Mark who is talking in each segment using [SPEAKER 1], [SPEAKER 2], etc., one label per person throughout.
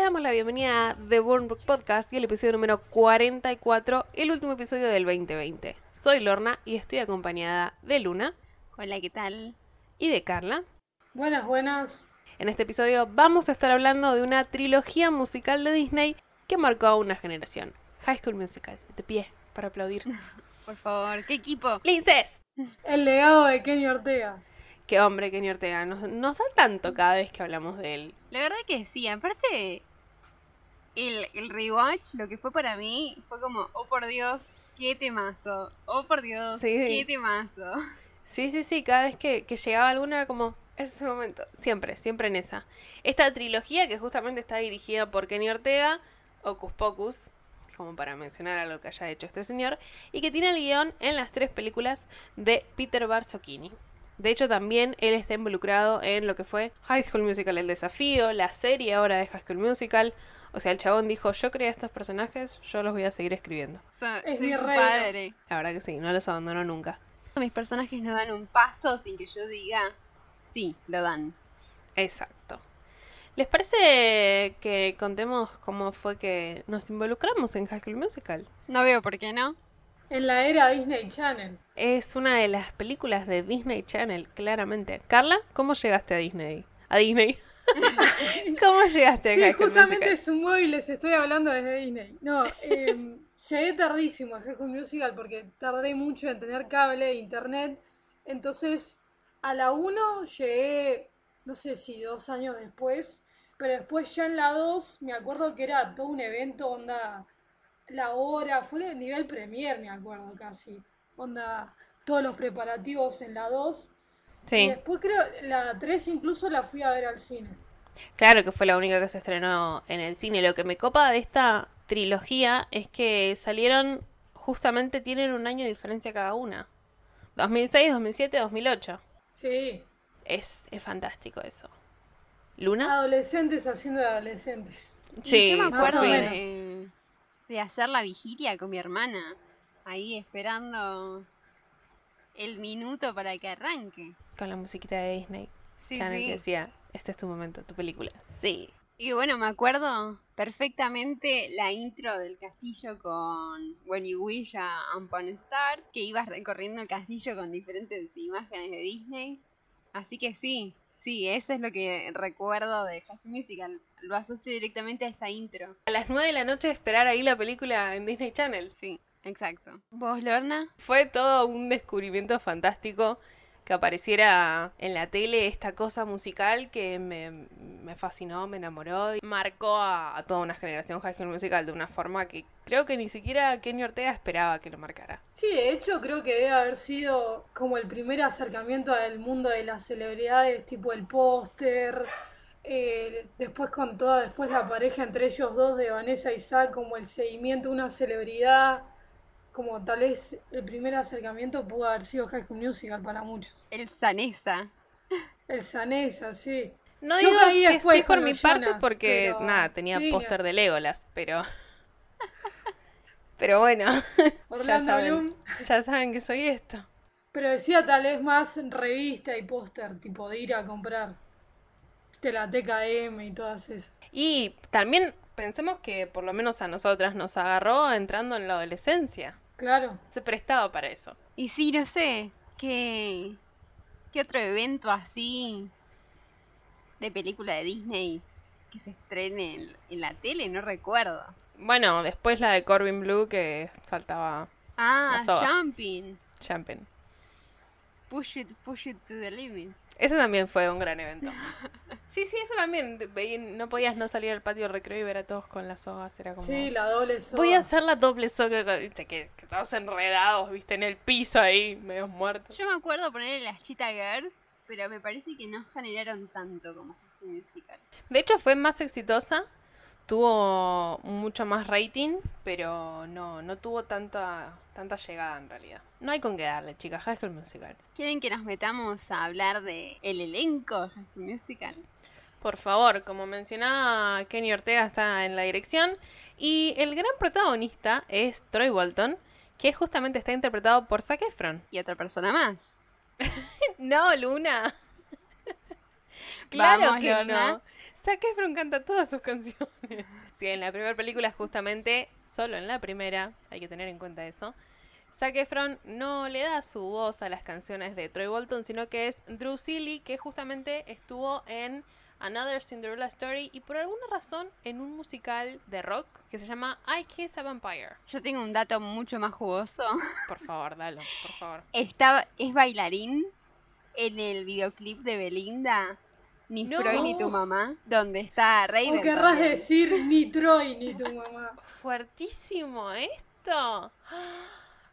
[SPEAKER 1] damos la bienvenida a The Born Book Podcast y el episodio número 44, el último episodio del 2020. Soy Lorna y estoy acompañada de Luna
[SPEAKER 2] Hola, ¿qué tal?
[SPEAKER 1] y de Carla.
[SPEAKER 3] Buenas, buenas.
[SPEAKER 1] En este episodio vamos a estar hablando de una trilogía musical de Disney que marcó a una generación. High School Musical, de pie, para aplaudir.
[SPEAKER 2] Por favor, ¿qué equipo?
[SPEAKER 1] ¡Linces!
[SPEAKER 3] El legado de Kenny Ortega.
[SPEAKER 1] Qué hombre, Kenny Ortega. Nos, nos da tanto cada vez que hablamos de él.
[SPEAKER 2] La verdad que sí, aparte el, el rewatch, lo que fue para mí, fue como, oh por Dios, qué temazo, oh por Dios,
[SPEAKER 1] Sí.
[SPEAKER 2] qué temazo.
[SPEAKER 1] Sí, sí, sí, cada vez que, que llegaba alguna era como, "Es ese momento, siempre, siempre en esa. Esta trilogía que justamente está dirigida por Kenny Ortega, Ocus Pocus, como para mencionar algo que haya hecho este señor, y que tiene el guión en las tres películas de Peter Barzocchini. De hecho, también él está involucrado en lo que fue High School Musical El Desafío, la serie ahora de High School Musical. O sea, el chabón dijo, yo creé estos personajes, yo los voy a seguir escribiendo.
[SPEAKER 2] So-
[SPEAKER 3] Es
[SPEAKER 2] soy
[SPEAKER 3] mi
[SPEAKER 2] su
[SPEAKER 3] reino.
[SPEAKER 2] padre.
[SPEAKER 1] La verdad que sí, no los abandonó nunca.
[SPEAKER 2] Mis personajes no dan un paso sin que yo diga, sí, lo dan.
[SPEAKER 1] Exacto. ¿Les parece que contemos cómo fue que nos involucramos en High School Musical?
[SPEAKER 2] No veo por qué no.
[SPEAKER 3] En la era Disney Channel.
[SPEAKER 1] Es una de las películas de Disney Channel, claramente. Carla, ¿cómo llegaste a Disney? A Disney. ¿Cómo llegaste a
[SPEAKER 3] Sí,
[SPEAKER 1] High School
[SPEAKER 3] justamente
[SPEAKER 1] Musical?
[SPEAKER 3] es un móvil, les estoy hablando desde Disney. No, eh, llegué tardísimo a High School Musical porque tardé mucho en tener cable e internet. Entonces, a la 1 llegué, no sé si dos años después, pero después ya en la 2 me acuerdo que era todo un evento, onda, la hora, fue de nivel premier, me acuerdo casi. Onda, todos los preparativos en la 2. Y
[SPEAKER 1] Sí,
[SPEAKER 3] después creo, la 3 incluso la fui a ver al cine.
[SPEAKER 1] claro que fue la única que se estrenó en el cine. Lo que me copa de esta trilogía es que salieron justamente, tienen un año de diferencia cada una. 2006, 2007, 2008.
[SPEAKER 3] Sí,
[SPEAKER 1] Es, es fantástico eso. ¿Luna?
[SPEAKER 3] Adolescentes haciendo de adolescentes.
[SPEAKER 2] Y Ah, yo me
[SPEAKER 3] más
[SPEAKER 2] acuerdo
[SPEAKER 3] o
[SPEAKER 1] sí.
[SPEAKER 3] menos.
[SPEAKER 2] de, de hacer la vigilia con mi hermana, ahí esperando el minuto para que arranque.
[SPEAKER 1] Con la musiquita de Disney.
[SPEAKER 2] Sí,
[SPEAKER 1] Channel
[SPEAKER 2] sí.
[SPEAKER 1] que decía, este es tu momento, tu película. Sí.
[SPEAKER 2] Y bueno, me acuerdo perfectamente la intro del castillo con When You Wish a Upon a Star, que ibas recorriendo el castillo con diferentes imágenes de Disney. Así que sí, sí, eso es lo que recuerdo de High School Musical. Lo asocio directamente a esa intro.
[SPEAKER 1] A las 9 de la noche esperar ahí la película en Disney Channel.
[SPEAKER 2] Sí, exacto. ¿Vos, Lorna?
[SPEAKER 1] Fue todo un descubrimiento fantástico que apareciera en la tele esta cosa musical que me, me fascinó, me enamoró y marcó a, a toda una generación High School Musical de una forma que creo que ni siquiera Kenny Ortega esperaba que lo marcara.
[SPEAKER 3] Sí, de hecho creo que debe haber sido como el primer acercamiento al mundo de las celebridades, tipo el póster, eh, después con toda, después la pareja entre ellos dos de Vanessa y Zac, como el seguimiento a una celebridad, como tal vez el primer acercamiento pudo haber sido High School Musical para muchos.
[SPEAKER 2] El Sanesa.
[SPEAKER 3] El Sanesa, sí.
[SPEAKER 1] No
[SPEAKER 3] Yo
[SPEAKER 1] digo
[SPEAKER 3] caí
[SPEAKER 1] que
[SPEAKER 3] después
[SPEAKER 1] sí por
[SPEAKER 3] con
[SPEAKER 1] mi
[SPEAKER 3] los
[SPEAKER 1] parte
[SPEAKER 3] Jonas,
[SPEAKER 1] porque
[SPEAKER 3] pero-
[SPEAKER 1] nada, tenía
[SPEAKER 3] sí,
[SPEAKER 1] póster de Legolas, pero pero bueno,
[SPEAKER 3] Orlando
[SPEAKER 1] ya saben,
[SPEAKER 3] Bloom.
[SPEAKER 1] ya saben que soy esto.
[SPEAKER 3] Pero decía tal vez más revista y póster, tipo de ir a comprar. Viste la TKM y todas esas.
[SPEAKER 1] Y también pensemos que por lo menos a nosotras nos agarró entrando en la adolescencia.
[SPEAKER 3] Claro.
[SPEAKER 1] Se prestaba para eso.
[SPEAKER 2] Y sí, no sé, ¿qué, qué otro evento así de película de Disney que se estrene en, en la tele? No recuerdo.
[SPEAKER 1] Bueno, después la de Corbin Blue que saltaba
[SPEAKER 2] Ah,
[SPEAKER 1] La soga.
[SPEAKER 2] Jumping.
[SPEAKER 1] Champion.
[SPEAKER 2] Push it, push it to the limit.
[SPEAKER 1] Ese también fue un gran evento. Sí, sí, eso también. Te- veí- No podías no salir al patio de recreo y ver a todos con las sogas. Era como...
[SPEAKER 3] Sí, la doble soga.
[SPEAKER 1] Voy a hacer la doble soga, con- viste, que, que todos enredados, viste, en el piso ahí, medio muertos.
[SPEAKER 2] Yo me acuerdo ponerle las Cheetah Girls, pero me parece que no generaron tanto como High School Musical.
[SPEAKER 1] De hecho, fue más exitosa, tuvo mucho más rating, pero no, no tuvo tanta, tanta llegada en realidad. No hay con qué darle, chicas, High School Musical.
[SPEAKER 2] ¿Quieren que nos metamos a hablar de el elenco de High School Musical?
[SPEAKER 1] Por favor, como mencionaba, Kenny Ortega está en la dirección y el gran protagonista es Troy Bolton, que justamente está interpretado por Zac Efron.
[SPEAKER 2] Y otra persona más.
[SPEAKER 1] No, Luna.
[SPEAKER 2] Vamos, Lorna.
[SPEAKER 1] no. Zac Efron canta todas sus canciones. Sí, en la primera película, justamente, solo en la primera, hay que tener en cuenta eso. Zac Efron no le da su voz a las canciones de Troy Bolton, sino que es Drew Seeley, que justamente estuvo en Another Cinderella Story y por alguna razón en un musical de rock que se llama I Kiss a Vampire.
[SPEAKER 2] Yo tengo un dato mucho más jugoso.
[SPEAKER 1] Por favor, dalo, por favor.
[SPEAKER 2] Está, es bailarín en el videoclip de Belinda, Ni
[SPEAKER 1] No. Oh,
[SPEAKER 2] Freud ni tu mamá, donde está Raven.
[SPEAKER 3] O querrás
[SPEAKER 2] también.
[SPEAKER 3] decir ni Troy ni tu mamá.
[SPEAKER 1] Fuertísimo esto.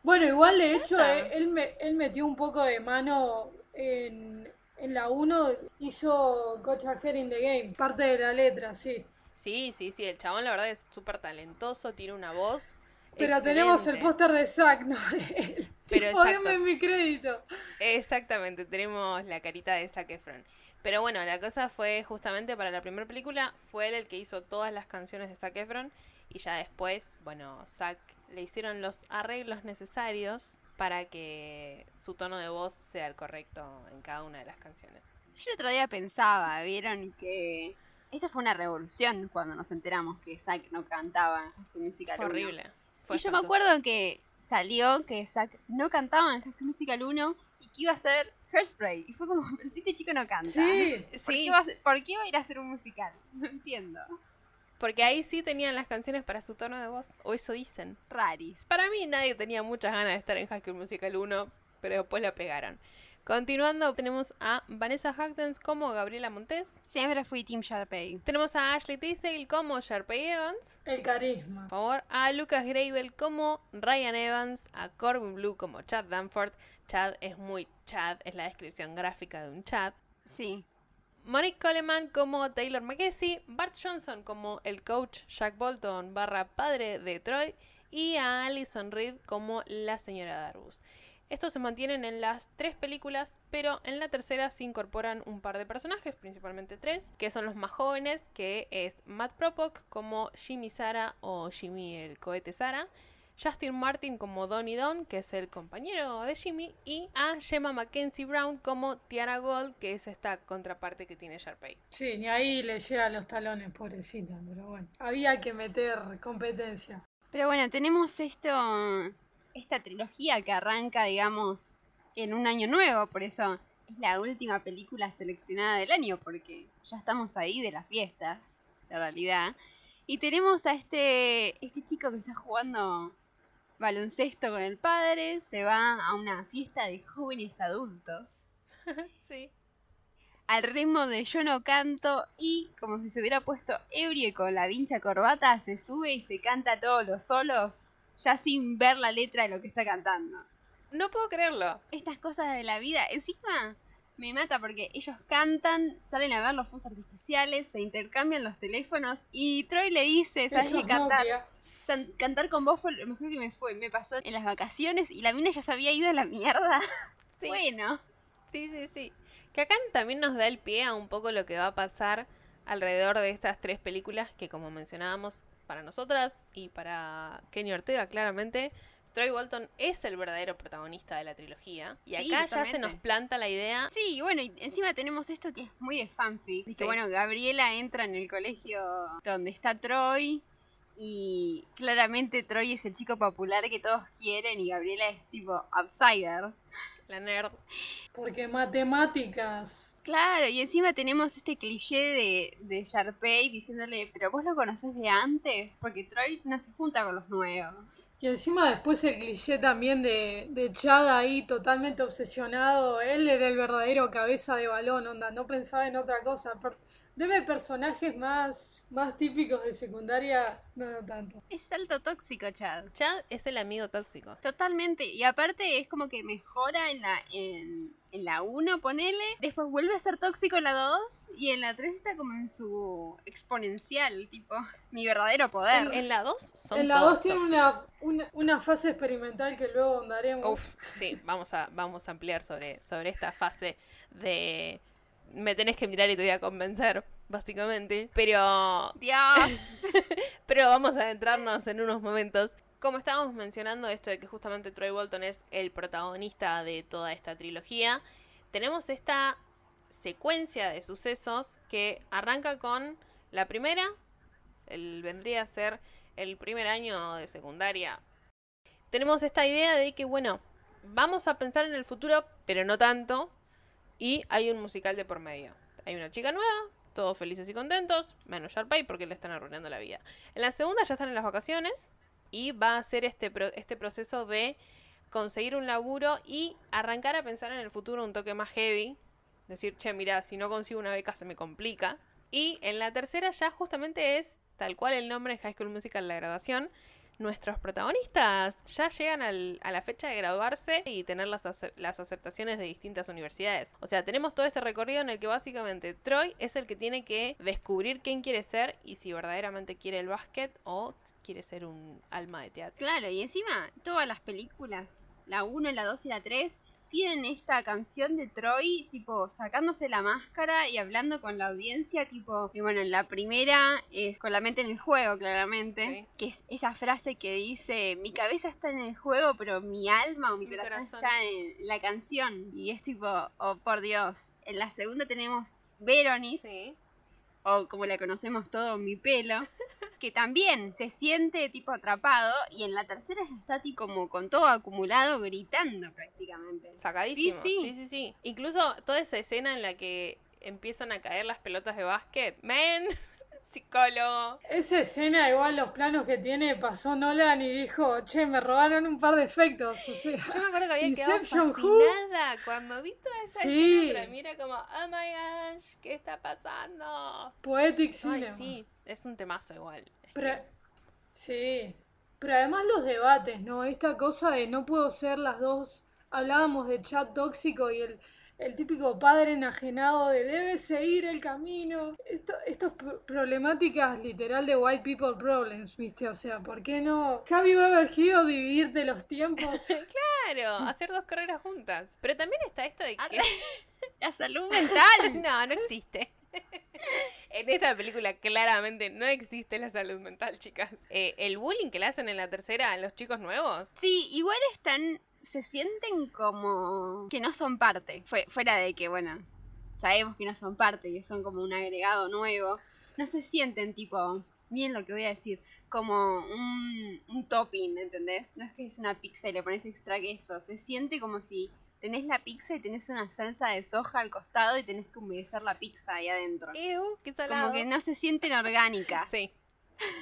[SPEAKER 3] Bueno, igual de hecho,
[SPEAKER 1] Ah.
[SPEAKER 3] eh, él, me- él metió un poco de mano en, en la 1, hizo Got Your Head in the Game, parte de la letra, sí.
[SPEAKER 1] Sí, sí, sí, el chabón la verdad es súper talentoso, tiene una voz.
[SPEAKER 3] Pero tenemos el
[SPEAKER 1] excelente.
[SPEAKER 3] póster de Zack, no de él.
[SPEAKER 1] Pero exacto.
[SPEAKER 3] Tipo, denme mi crédito.
[SPEAKER 1] Exactamente, tenemos la carita de Zac Efron. Pero bueno, la cosa fue justamente para la primera película, fue él el que hizo todas las canciones de Zac Efron y ya después, bueno, Zac le hicieron los arreglos necesarios para que su tono de voz sea el correcto en cada una de las canciones.
[SPEAKER 2] Yo el otro día pensaba, vieron que esto fue una revolución cuando nos enteramos que Zack no cantaba en Musical
[SPEAKER 1] Fue
[SPEAKER 2] 1.
[SPEAKER 1] horrible. Fue
[SPEAKER 2] y yo me
[SPEAKER 1] espantoso.
[SPEAKER 2] acuerdo que salió que Zack no cantaba en High School Musical 1 y que iba a hacer Hairspray. Y fue como, pero si este chico no canta.
[SPEAKER 3] Sí,
[SPEAKER 2] ¿Por,
[SPEAKER 1] Sí,
[SPEAKER 2] qué va a, ser- por qué va a ir a hacer un musical? No entiendo.
[SPEAKER 1] porque ahí sí tenían las canciones para su tono de voz, o eso dicen.
[SPEAKER 2] Raris.
[SPEAKER 1] Para mí nadie tenía muchas ganas de estar en High School Musical 1, pero después la pegaron. Continuando, tenemos a Vanessa Hudgens como Gabriela Montes.
[SPEAKER 2] Siempre fui Team Sharpay.
[SPEAKER 1] Tenemos a Ashley Tisdale como Sharpay Evans.
[SPEAKER 3] el carisma.
[SPEAKER 1] Por favor, a Lucas Gravel como Ryan Evans. A Corbin Blue como Chad Danforth. Chad es muy Chad, es la descripción gráfica de un Chad.
[SPEAKER 2] Sí.
[SPEAKER 1] Monique Coleman como Taylor McKessie, Bart Johnson como el coach Jack Bolton barra padre de Troy y a Allison Reed como la señora Darbus. Estos se mantienen en las tres películas, pero en la tercera se incorporan un par de personajes, principalmente tres, que son los más jóvenes, que es Matt Propok como Jimmy Sara o Jimmy el cohete Sara, Justin Martin como Donnie Don, que es el compañero de Jimmy, y a Gemma Mackenzie Brown como Tiara Gold, que es esta contraparte que tiene Sharpay.
[SPEAKER 3] Sí, ni ahí le llega a los talones, pobrecita, pero bueno. Había que meter competencia.
[SPEAKER 2] Pero bueno, tenemos esto, esta trilogía que arranca, digamos, en un año nuevo, por eso es la última película seleccionada del año, porque ya estamos ahí de las fiestas, la realidad. Y tenemos a este, este chico que está jugando baloncesto con el padre, se va a una fiesta de jóvenes adultos,
[SPEAKER 1] Sí.
[SPEAKER 2] al ritmo de yo no canto, y como si se hubiera puesto ebrio con la vincha corbata, se sube y se canta todos los solos, ya sin ver la letra de lo que está cantando
[SPEAKER 1] No puedo creerlo.
[SPEAKER 2] estas cosas de la vida. Encima me mata porque ellos cantan, salen a ver los fuegos artificiales, se intercambian los teléfonos y Troy le dice, ¿sabes
[SPEAKER 3] Esos
[SPEAKER 2] qué cantar?
[SPEAKER 3] Nokia.
[SPEAKER 2] Tan- cantar con vos fue lo mejor que me fue, me pasó en las vacaciones y la mina ya se había ido a la mierda.
[SPEAKER 1] Sí.
[SPEAKER 2] Bueno,
[SPEAKER 1] Sí, sí, sí. Que acá también nos da el pie a un poco lo que va a pasar alrededor de estas tres películas que como mencionábamos para nosotras y para Kenny Ortega claramente, Troy Bolton es el verdadero protagonista de la trilogía y
[SPEAKER 2] Sí,
[SPEAKER 1] acá ya se
[SPEAKER 2] totalmente.
[SPEAKER 1] nos planta la idea
[SPEAKER 2] sí, bueno, y encima tenemos esto que es muy de fanfic. Viste,
[SPEAKER 1] Sí.
[SPEAKER 2] bueno, Gabriela entra en el colegio donde está Troy y claramente Troy es el chico popular que todos quieren y Gabriela es tipo outsider.
[SPEAKER 1] la nerd
[SPEAKER 3] Porque matemáticas.
[SPEAKER 2] Claro, y encima tenemos este cliché de, de Sharpay diciéndole, pero vos lo conocés de antes, porque Troy no se junta con los nuevos.
[SPEAKER 3] Y encima después el cliché también de, de Chad ahí totalmente obsesionado. Él era el verdadero cabeza de balón, onda, no pensaba en otra cosa. Per- Debe personajes más, más típicos de secundaria, no, no tanto.
[SPEAKER 2] Es alto tóxico, Chad.
[SPEAKER 1] Chad es el amigo tóxico
[SPEAKER 2] Totalmente, y aparte es como que mejora en la en, en la 1, ponele, después vuelve a ser tóxico en la 2 y en la 3 está como en su exponencial, tipo, mi verdadero poder.
[SPEAKER 1] en la 2 son
[SPEAKER 3] En la
[SPEAKER 1] todos
[SPEAKER 3] 2 tiene
[SPEAKER 1] tóxicos.
[SPEAKER 3] una, una, una fase experimental que luego andaremos.
[SPEAKER 1] Uf, sí, vamos a, vamos a ampliar sobre, sobre esta fase de me tenés que mirar y te voy a convencer, básicamente. Pero,
[SPEAKER 2] Dios,
[SPEAKER 1] pero vamos a adentrarnos en unos momentos. Como estábamos mencionando, esto de que justamente Troy Bolton es el protagonista de toda esta trilogía, tenemos esta secuencia de sucesos que arranca con la primera, el, vendría a ser el primer año de secundaria. Tenemos esta idea de que, bueno, vamos a pensar en el futuro, pero no tanto, y hay un musical de por medio. Hay una chica nueva, todos felices y contentos, menos Sharpay porque le están arruinando la vida. En la segunda ya están en las vacaciones y va a ser este, pro- este proceso de conseguir un laburo y arrancar a pensar en el futuro un toque más heavy. Decir, che, mira, si no consigo una beca se me complica. Y en la tercera ya justamente es, tal cual el nombre de High School Musical, la graduación, nuestros protagonistas ya llegan al- a la fecha de graduarse y tener las, ace- las aceptaciones de distintas universidades. O sea, tenemos todo este recorrido en el que básicamente Troy es el que tiene que descubrir quién quiere ser y si verdaderamente quiere el básquet o quiere ser un alma de teatro.
[SPEAKER 2] Claro, y encima todas las películas, la 1, la 2 y la 3, tienen esta canción de Troy, tipo sacándose la máscara y hablando con la audiencia, tipo, y bueno, la primera es con la mente en el juego, claramente, que es esa frase que dice, mi cabeza está en el juego, pero mi alma o mi,
[SPEAKER 1] Mi
[SPEAKER 2] corazón,
[SPEAKER 1] corazón".
[SPEAKER 2] está en la canción. Y es tipo, oh por Dios, en la segunda tenemos Veronice
[SPEAKER 1] Sí.
[SPEAKER 2] o como la conocemos todo, mi pelo, que también se siente tipo atrapado y en la tercera ya está ti- como con todo acumulado gritando prácticamente.
[SPEAKER 1] Sacadísimo.
[SPEAKER 2] Sí,
[SPEAKER 1] Sí
[SPEAKER 2] sí.
[SPEAKER 1] sí. sí, Incluso toda esa escena en la que empiezan a caer las pelotas de básquet. Men, psicólogo.
[SPEAKER 3] Esa escena, igual los planos que tiene, pasó Nolan y dijo, che, me robaron un par de efectos. O sea,
[SPEAKER 1] Yo me acuerdo que había quedado
[SPEAKER 3] Inception, who?
[SPEAKER 1] fascinada cuando vi toda esa
[SPEAKER 3] Sí.
[SPEAKER 1] escena, pero mira como, oh my gosh, ¿qué está pasando?
[SPEAKER 3] poetic
[SPEAKER 1] Ay,
[SPEAKER 3] cinema.
[SPEAKER 1] sí, es un temazo igual.
[SPEAKER 3] Pero, sí, pero además los debates, ¿no? Esta cosa de no puedo ser las dos. Hablábamos de chat tóxico y el, el típico padre enajenado de debe seguir el camino. Esto, estas pro- problemáticas literal de white people problems, ¿viste? O sea, ¿por qué no? Javi Gido dividirte los tiempos. Mm.
[SPEAKER 1] Claro, hacer dos carreras juntas. Pero también está esto de que...
[SPEAKER 2] La salud mental.
[SPEAKER 1] No, no existe. En esta película claramente no existe la salud mental, chicas. Eh, el bullying que le hacen en la tercera a los chicos nuevos.
[SPEAKER 2] Sí, igual están, se sienten como que no son parte, Fue- fuera de que, bueno, sabemos que no son parte, que son como un agregado nuevo, no se sienten tipo, miren lo que voy a decir, como un, un topping, ¿entendés? No es que es una pizza y le pones extra queso, se siente como si tenés la pizza y tenés una salsa de soja al costado y tenés que humedecer la pizza ahí adentro.
[SPEAKER 1] Ew, uh, qué salado.
[SPEAKER 2] Como que no se sienten orgánicas.
[SPEAKER 1] Sí.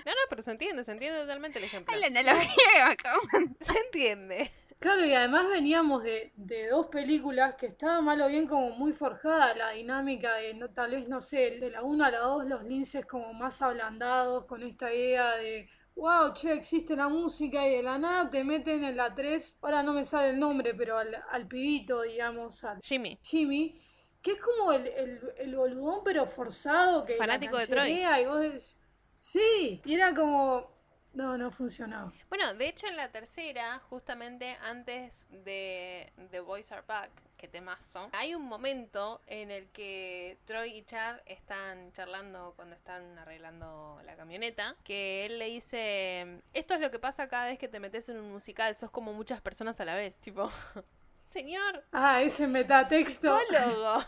[SPEAKER 1] No, no, pero se entiende, se entiende totalmente el ejemplo.
[SPEAKER 2] Ay, la analogía que me acabo de
[SPEAKER 1] Se entiende.
[SPEAKER 3] Claro, y además veníamos de, de dos películas que estaba mal o bien como muy forjada la dinámica de, no, tal vez, no sé, de la 1 a la 2 los linces como más ablandados con esta idea de, wow, che, existe la música y de la nada te meten en la 3, ahora no me sale el nombre, pero al, al pibito, digamos, al
[SPEAKER 1] Jimmy.
[SPEAKER 3] Jimmy, que es como el, el, el boludón pero forzado que la
[SPEAKER 1] Fanático de Troy.
[SPEAKER 3] cancelea y vos decís, sí, y era como, no, no funcionaba.
[SPEAKER 1] Bueno, de hecho en la tercera, justamente antes de The Boys Are Back, que temazo, hay un momento en el que Troy y Chad están charlando cuando están arreglando la camioneta, que él le dice, esto es lo que pasa cada vez que te metes en un musical, sos como muchas personas a la vez, tipo, señor,
[SPEAKER 3] Ah, ese metatexto.
[SPEAKER 1] psicólogo.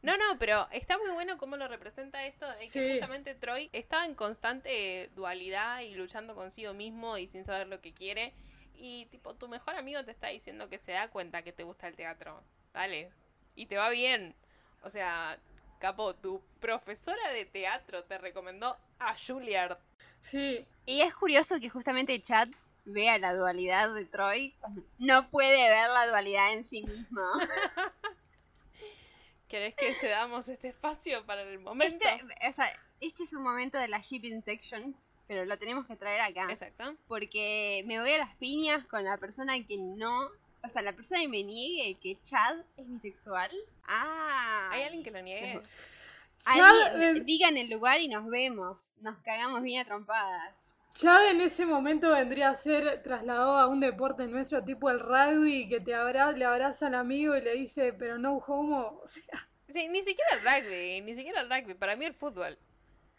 [SPEAKER 1] No, no, pero está muy bueno cómo lo representa esto, de que
[SPEAKER 3] Sí.
[SPEAKER 1] justamente Troy estaba en constante eh, dualidad y luchando consigo mismo y sin saber lo que quiere. Y tipo, tu mejor amigo te está diciendo que se da cuenta que te gusta el teatro. Dale. Y te va bien. O sea, capo, tu profesora de teatro te recomendó a Juilliard.
[SPEAKER 3] Sí,
[SPEAKER 2] Y es curioso que justamente Chad vea la dualidad de Troy cuando no puede ver la dualidad en sí mismo.
[SPEAKER 1] ¿Querés que cedamos este espacio para el momento?
[SPEAKER 2] Este, o sea, este es un momento de la shipping section, pero lo tenemos que traer acá.
[SPEAKER 1] Exacto.
[SPEAKER 2] Porque me voy a las piñas con la persona que no. O sea, la persona que me niegue que Chad es bisexual. Ah.
[SPEAKER 1] ¿Hay alguien que lo niegue?
[SPEAKER 3] Chad, eh,
[SPEAKER 2] Digan el lugar y nos vemos. Nos cagamos bien a trompadas.
[SPEAKER 3] Chad en ese momento vendría a ser trasladado a un deporte nuestro, tipo el rugby, que te abra, le abraza al amigo y le dice, pero no homo. O sea,
[SPEAKER 1] Sí, ni siquiera el rugby, ni siquiera el rugby. Para mí el fútbol.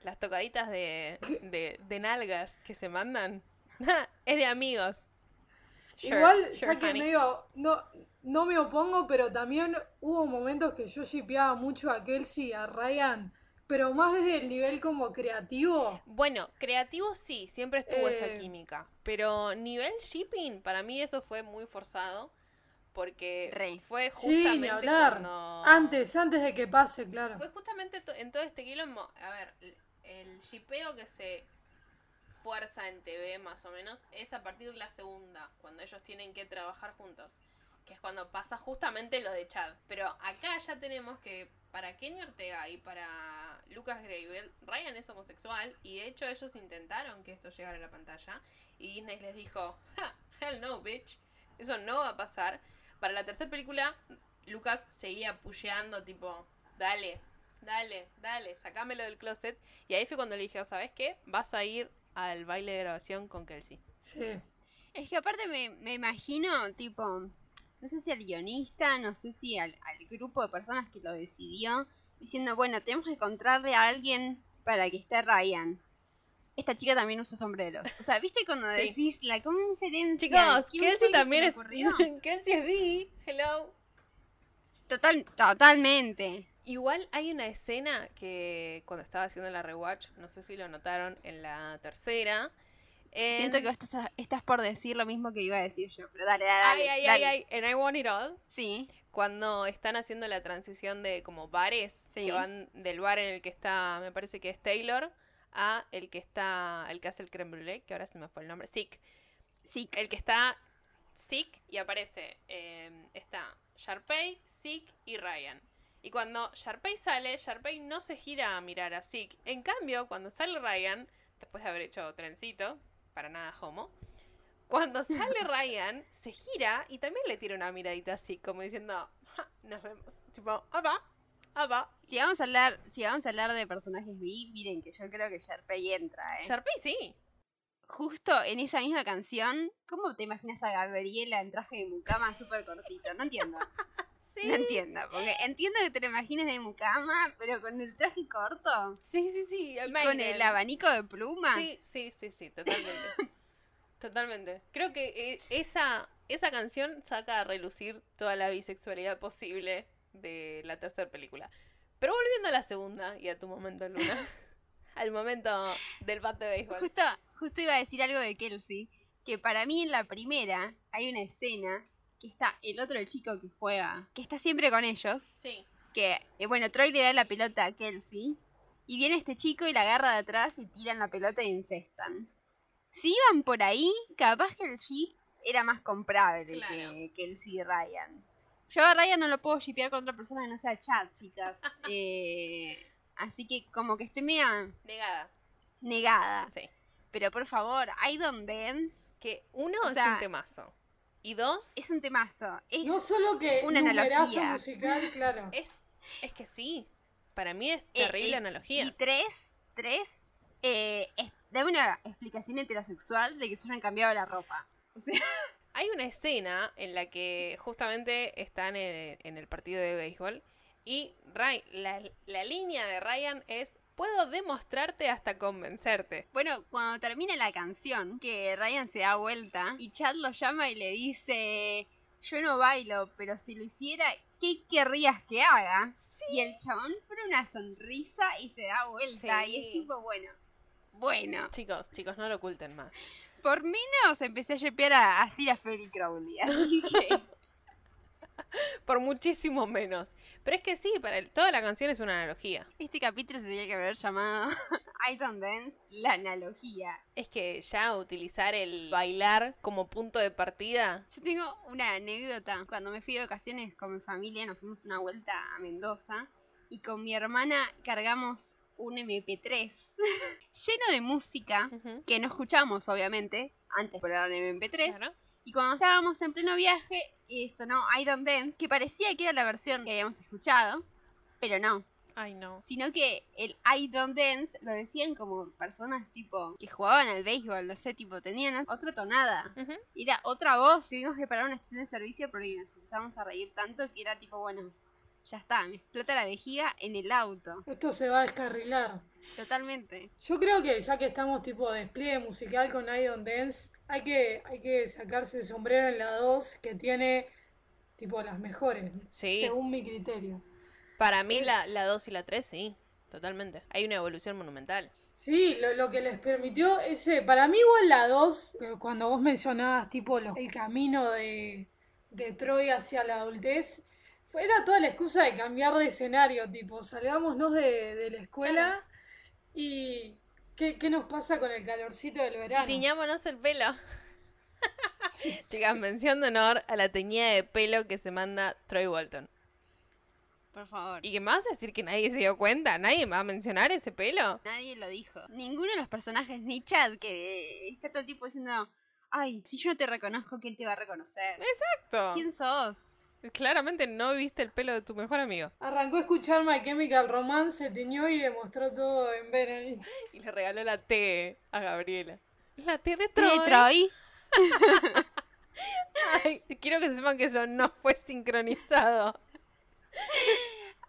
[SPEAKER 1] Las tocaditas de, de, de nalgas que se mandan. es de amigos. Sure,
[SPEAKER 3] Igual,
[SPEAKER 1] sure,
[SPEAKER 3] ya que
[SPEAKER 1] honey.
[SPEAKER 3] medio. No, no me opongo, pero también hubo momentos que yo shipeaba mucho a Kelsey y a Ryan, pero más desde el nivel como creativo.
[SPEAKER 1] Bueno, creativo sí, siempre estuvo
[SPEAKER 3] Eh.
[SPEAKER 1] esa química. Pero nivel shipping, para mí eso fue muy forzado. Porque
[SPEAKER 2] Re.
[SPEAKER 1] fue justamente
[SPEAKER 3] Sí, ni hablar.
[SPEAKER 1] cuando-
[SPEAKER 3] Antes, antes de que pase, claro.
[SPEAKER 1] Fue justamente to- en todo este quilombo. A ver, l- el shipeo que se fuerza en TV, más o menos, es a partir de la segunda, cuando ellos tienen que trabajar juntos. Que es cuando pasa justamente lo de Chad. Pero acá ya tenemos que para Kenny Ortega y para Lucas Grable, Ryan es homosexual y de hecho ellos intentaron que esto llegara a la pantalla. Y Disney les dijo: "Ja, Hell no, bitch. Eso no va a pasar. Para la tercera película, Lucas seguía pusheando, tipo, dale, dale, dale, sacámelo del closet. Y ahí fue cuando le dije, ¿sabes qué? Vas a ir al baile de grabación con Kelsey.
[SPEAKER 3] Sí.
[SPEAKER 2] Es que aparte me, me imagino, tipo, no sé si al guionista, no sé si al, al grupo de personas que lo decidió, diciendo, bueno, tenemos que encontrarle a alguien para que esté Ryan. Esta chica también usa sombreros. O sea, ¿viste cuando
[SPEAKER 1] Sí.
[SPEAKER 2] decís la conferencia?
[SPEAKER 1] Chicos,
[SPEAKER 2] ¿Quién fue que
[SPEAKER 1] Kelsey
[SPEAKER 2] se
[SPEAKER 1] también
[SPEAKER 2] le
[SPEAKER 1] es...
[SPEAKER 2] ocurrió?
[SPEAKER 1] Kelsey es bi, hello.
[SPEAKER 2] Total, totalmente.
[SPEAKER 1] Igual hay una escena que cuando estaba haciendo la rewatch, no sé si lo notaron en la tercera. en-
[SPEAKER 2] Siento que vos estás, estás por decir lo mismo que iba a decir yo, pero dale, dale,
[SPEAKER 1] Ay,
[SPEAKER 2] dale.
[SPEAKER 1] ay, ay,
[SPEAKER 2] dale.
[SPEAKER 1] ay, en I Want It All.
[SPEAKER 2] Sí,
[SPEAKER 1] cuando están haciendo la transición de como bares,
[SPEAKER 2] Sí.
[SPEAKER 1] que van del bar en el que está, me parece que es Taylor, a el que está, el que hace el creme brulee, que ahora se me fue el nombre, Sick.
[SPEAKER 2] sí.
[SPEAKER 1] El que está Sick y aparece, eh, está Sharpay, Sick y Ryan. Y cuando Sharpay sale, Sharpay no se gira a mirar a Sick. En cambio, cuando sale Ryan, después de haber hecho trencito, para nada homo, cuando sale Ryan, se gira y también le tira una miradita así, como diciendo, "Ja, nos vemos. Tipo, apa, apa.
[SPEAKER 2] Si vamos a hablar, si vamos a hablar de personajes bi, miren que yo creo que Sharpay entra, eh.
[SPEAKER 1] Sharpay sí.
[SPEAKER 2] Justo en esa misma canción, ¿cómo te imaginas a Gabriela en traje de mucama súper cortito? No entiendo, no
[SPEAKER 1] Sí.
[SPEAKER 2] entiendo. Porque entiendo que te lo imagines de mucama, pero con el traje corto
[SPEAKER 1] Sí, sí, sí.
[SPEAKER 2] y con el abanico de plumas.
[SPEAKER 1] Sí, sí, sí, sí, totalmente. totalmente. Creo que eh, esa, esa canción saca a relucir toda la bisexualidad posible de la tercera película. Pero volviendo a la segunda y a tu momento, Luna. al momento del bat de béisbol.
[SPEAKER 2] Justo, justo iba a decir algo de Kelsey, que para mí en la primera hay una escena que está el otro chico que juega, que está siempre con ellos,
[SPEAKER 1] Sí.
[SPEAKER 2] que eh, bueno, Troy le da la pelota a Kelsey y viene este chico y la agarra de atrás y tiran la pelota y incestan. Si iban por ahí, capaz que el jeep era más comprable
[SPEAKER 1] Claro.
[SPEAKER 2] que Kelsey y Ryan. Yo a Ryan no lo puedo shipear con otra persona que no sea Chad, chicas. Eh, así que como que estoy media
[SPEAKER 1] Negada.
[SPEAKER 2] negada.
[SPEAKER 1] Sí.
[SPEAKER 2] Pero por favor, I Don't Dance
[SPEAKER 1] Que uno
[SPEAKER 2] O
[SPEAKER 1] es
[SPEAKER 2] sea,
[SPEAKER 1] un temazo. Y dos, es,
[SPEAKER 2] es un temazo. Es,
[SPEAKER 3] No solo que
[SPEAKER 2] Una
[SPEAKER 3] un numerazo
[SPEAKER 2] analogía.
[SPEAKER 3] musical, claro.
[SPEAKER 1] es, que sí. Para mí es
[SPEAKER 2] Eh,
[SPEAKER 1] terrible
[SPEAKER 2] eh,
[SPEAKER 1] analogía.
[SPEAKER 2] y tres, tres, eh, es- dame una explicación heterosexual de que se hayan cambiado la ropa. O sea,
[SPEAKER 1] Hay una escena en la que justamente están en, en el partido de béisbol y Ry- la, la línea de Ryan es puedo demostrarte hasta convencerte.
[SPEAKER 2] bueno, cuando termina la canción, que Ryan se da vuelta y Chad lo llama y le dice, yo no bailo, pero si lo hiciera, ¿qué querrías que haga? Y el chabón pone una sonrisa y se da vuelta y es
[SPEAKER 1] Sí.
[SPEAKER 2] tipo, bueno, bueno.
[SPEAKER 1] Chicos, chicos, no lo oculten más.
[SPEAKER 2] Por menos empecé a yepear a, así a Feli Crowley. Así que
[SPEAKER 1] Por muchísimo menos. Pero es que sí, para el- toda la canción es una analogía.
[SPEAKER 2] este capítulo se tenía que haber llamado I Don't Dance, la analogía.
[SPEAKER 1] Es que ya utilizar el bailar como punto de partida.
[SPEAKER 2] Yo tengo una anécdota. Cuando me fui de vacaciones con mi familia, nos fuimos una vuelta a Mendoza y con mi hermana cargamos un MP3 lleno de música
[SPEAKER 1] Ujú,
[SPEAKER 2] que no escuchamos, obviamente, antes por el MP3.
[SPEAKER 1] claro.
[SPEAKER 2] Y cuando estábamos en pleno viaje, eh, sonó I Don't Dance, que parecía que era la versión que habíamos escuchado, pero no.
[SPEAKER 1] Ay, no.
[SPEAKER 2] sino que el I don't dance lo decían como personas tipo que jugaban al béisbol, no sé, tipo tenían otra tonada,
[SPEAKER 1] Ujú.
[SPEAKER 2] era otra voz, tuvimos que parar una estación de servicio porque nos empezamos a reír tanto que era tipo, bueno, ya está, me explota la vejiga en el auto.
[SPEAKER 3] Esto se va a descarrilar.
[SPEAKER 2] Totalmente.
[SPEAKER 3] Yo creo que ya que estamos tipo despliegue musical con I Don't Dance, hay que, hay que sacarse el sombrero en la 2 que tiene tipo las mejores,
[SPEAKER 1] Sí.
[SPEAKER 3] según mi criterio.
[SPEAKER 1] Para mí la,
[SPEAKER 3] Es-
[SPEAKER 1] la 2 y la 3, sí, totalmente. Hay una evolución monumental.
[SPEAKER 3] Sí, lo, lo que les permitió ese, para mí igual la 2, eh, cuando vos mencionabas tipo los- el camino de, de Troy hacia la adultez, fue, era toda la excusa de cambiar de escenario, tipo, salgámonos de, de la escuela y ¿qué, qué nos pasa con el calorcito del verano?
[SPEAKER 1] Tiñámonos el pelo. Chicas, mención de honor a la teñida de pelo que se manda Troy Walton.
[SPEAKER 2] Por favor.
[SPEAKER 1] ¿Y qué más decir que nadie se dio cuenta? ¿Nadie me va a mencionar ese pelo?
[SPEAKER 2] Nadie lo dijo. Ninguno de los personajes, ni Chad, que está todo el tiempo diciendo, ay, si yo no te reconozco, ¿quién te va a reconocer?
[SPEAKER 1] Exacto.
[SPEAKER 2] ¿Quién sos?
[SPEAKER 1] Claramente no viste el pelo de tu mejor amigo.
[SPEAKER 3] Arrancó a escuchar My Chemical Romance, se tiñó y demostró todo en Benedict.
[SPEAKER 1] Y le regaló la T a Gabriela. La T de
[SPEAKER 2] ¿Qué
[SPEAKER 1] Troy.
[SPEAKER 2] de Troy?
[SPEAKER 1] Ay, quiero que sepan que eso no fue sincronizado.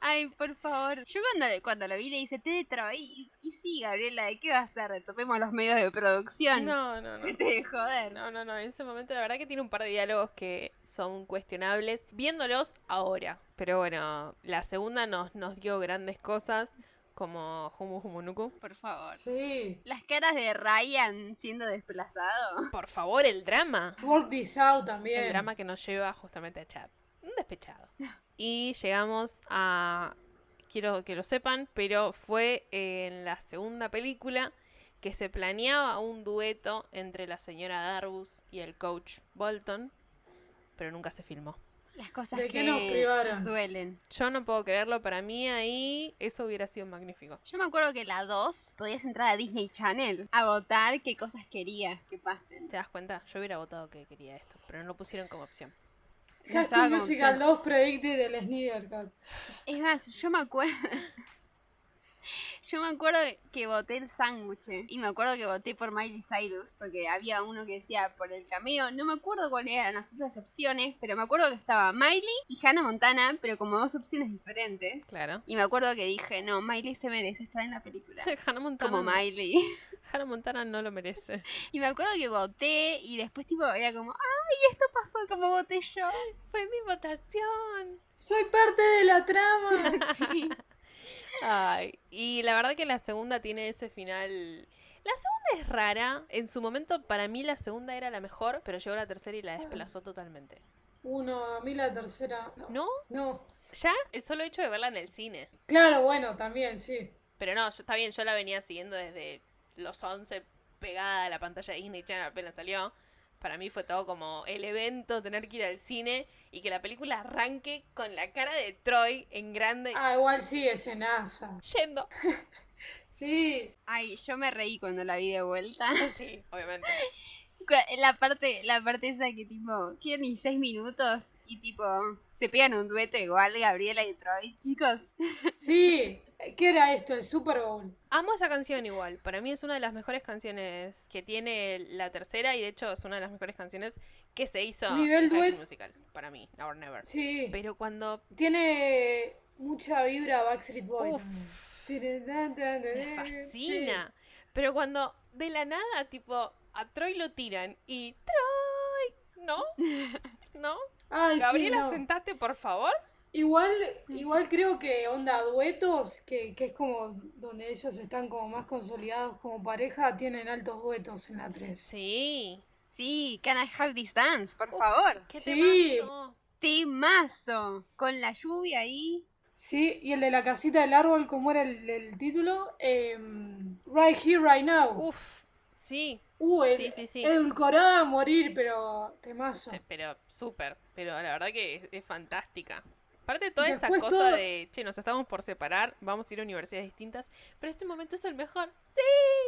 [SPEAKER 2] Ay, por favor. Yo cuando, cuando lo vi le hice, ¿te de Troy? Y, y sí, Gabriela, ¿de qué va a ser? Topemos los medios de producción.
[SPEAKER 1] No, no, no.
[SPEAKER 2] Vete de joder.
[SPEAKER 1] No, no, no. En ese momento la verdad que tiene un par de diálogos que son cuestionables viéndolos ahora. Pero bueno, la segunda nos, nos dio grandes cosas como Humu Humunuku.
[SPEAKER 2] Por favor.
[SPEAKER 3] Sí.
[SPEAKER 2] Las caras de Ryan siendo desplazado.
[SPEAKER 1] Por favor, el drama.
[SPEAKER 3] Work This Out también.
[SPEAKER 1] El drama que nos lleva justamente a Chad. Un despechado. Y llegamos a... Quiero que lo sepan, pero fue en la segunda película que se planeaba un dueto entre la señora Darbus y el coach Bolton, pero nunca se filmó.
[SPEAKER 2] Las cosas
[SPEAKER 3] ¿De
[SPEAKER 2] que
[SPEAKER 3] qué nos
[SPEAKER 2] nos
[SPEAKER 3] privaron?
[SPEAKER 2] duelen.
[SPEAKER 1] Yo no puedo creerlo, para mí ahí eso hubiera sido magnífico.
[SPEAKER 2] Yo me acuerdo que la 2 podías entrar a Disney Channel a votar qué cosas querías que pasen.
[SPEAKER 1] ¿Te das cuenta? Yo hubiera votado que quería esto, pero no lo pusieron como opción.
[SPEAKER 2] No
[SPEAKER 3] High School
[SPEAKER 2] estaba como
[SPEAKER 3] Musical
[SPEAKER 2] opción.
[SPEAKER 3] 2 Predicted el Snyder Cut.
[SPEAKER 2] Es más, yo me acuerdo. Yo me acuerdo que voté el sándwich ¿eh? y me acuerdo que voté por Miley Cyrus porque había uno que decía por el cameo. No me acuerdo cuáles eran las otras opciones, pero me acuerdo que estaba Miley y Hannah Montana, pero como dos opciones diferentes.
[SPEAKER 1] Claro.
[SPEAKER 2] Y me acuerdo que dije, no, Miley se merece estar en la película.
[SPEAKER 1] Hannah Montana.
[SPEAKER 2] Como Miley.
[SPEAKER 1] Hannah Montana no lo merece.
[SPEAKER 2] Y me acuerdo que voté y después tipo era como, ay, esto pasó como voté yo.
[SPEAKER 1] Fue mi votación.
[SPEAKER 3] Soy parte de la trama.
[SPEAKER 1] Ay, y la verdad que la segunda tiene ese final. La segunda es rara. En su momento, para mí, la segunda era la mejor, pero llegó la tercera y la desplazó totalmente.
[SPEAKER 3] Uno, a mí la tercera. No.
[SPEAKER 1] ¿No?
[SPEAKER 3] No.
[SPEAKER 1] Ya el solo hecho de verla en el cine.
[SPEAKER 3] Claro, bueno, también, sí.
[SPEAKER 1] Pero no, yo- está bien, yo la venía siguiendo desde los 11 pegada a la pantalla de Disney Channel apenas salió. Para mí fue todo como el evento, tener que ir al cine y que la película arranque con la cara de Troy en grande
[SPEAKER 3] Ah, igual sí, escenaza.
[SPEAKER 1] yendo.
[SPEAKER 3] Sí.
[SPEAKER 2] Ay, yo me reí cuando la vi de vuelta.
[SPEAKER 1] Sí, obviamente.
[SPEAKER 2] Cua- La parte, la parte esa que tipo, que ni seis minutos y tipo, se pegan un dueto igual Gabriela y Troy, chicos.
[SPEAKER 3] Sí. ¿Qué era esto? El Super Bowl.
[SPEAKER 1] Amo esa canción igual. Para mí es una de las mejores canciones que tiene la tercera y de hecho es una de las mejores canciones que se hizo High
[SPEAKER 3] Nivel
[SPEAKER 1] School
[SPEAKER 3] duet-
[SPEAKER 1] musical. Para mí, Now or Never.
[SPEAKER 3] Sí.
[SPEAKER 1] Pero cuando
[SPEAKER 3] Tiene mucha vibra Backstreet Boy.
[SPEAKER 1] Uf.
[SPEAKER 3] también. Tire, tan, tan, tan,
[SPEAKER 1] Me
[SPEAKER 3] sí.
[SPEAKER 1] fascina. Pero cuando de la nada, tipo, a Troy lo tiran y Troy, ¿no? ¿No?
[SPEAKER 3] Ay, sí,
[SPEAKER 1] Gabriela,
[SPEAKER 3] no.
[SPEAKER 1] sentate, por favor.
[SPEAKER 3] Igual, igual creo que onda duetos, que, que es como donde ellos están como más consolidados como pareja, tienen altos duetos en la 3.
[SPEAKER 1] Sí.
[SPEAKER 2] Sí, can I have this dance, por favor.
[SPEAKER 1] ¿Qué
[SPEAKER 3] Sí.
[SPEAKER 1] temazo.
[SPEAKER 2] Temazo, con la lluvia ahí.
[SPEAKER 3] Sí, y el de la casita del árbol, ¿cómo era el, el título? Em, right Here, Right Now.
[SPEAKER 1] Uf, sí.
[SPEAKER 3] Uh, el-
[SPEAKER 1] sí, sí, sí.
[SPEAKER 3] edulcorada a morir, pero temazo.
[SPEAKER 1] Sí, Pero súper. Pero la verdad que es, es fantástica. Aparte toda
[SPEAKER 3] Después
[SPEAKER 1] esa cosa
[SPEAKER 3] todo-
[SPEAKER 1] de, che, nos estamos por separar, vamos a ir a universidades distintas, pero este momento es el mejor. Sí,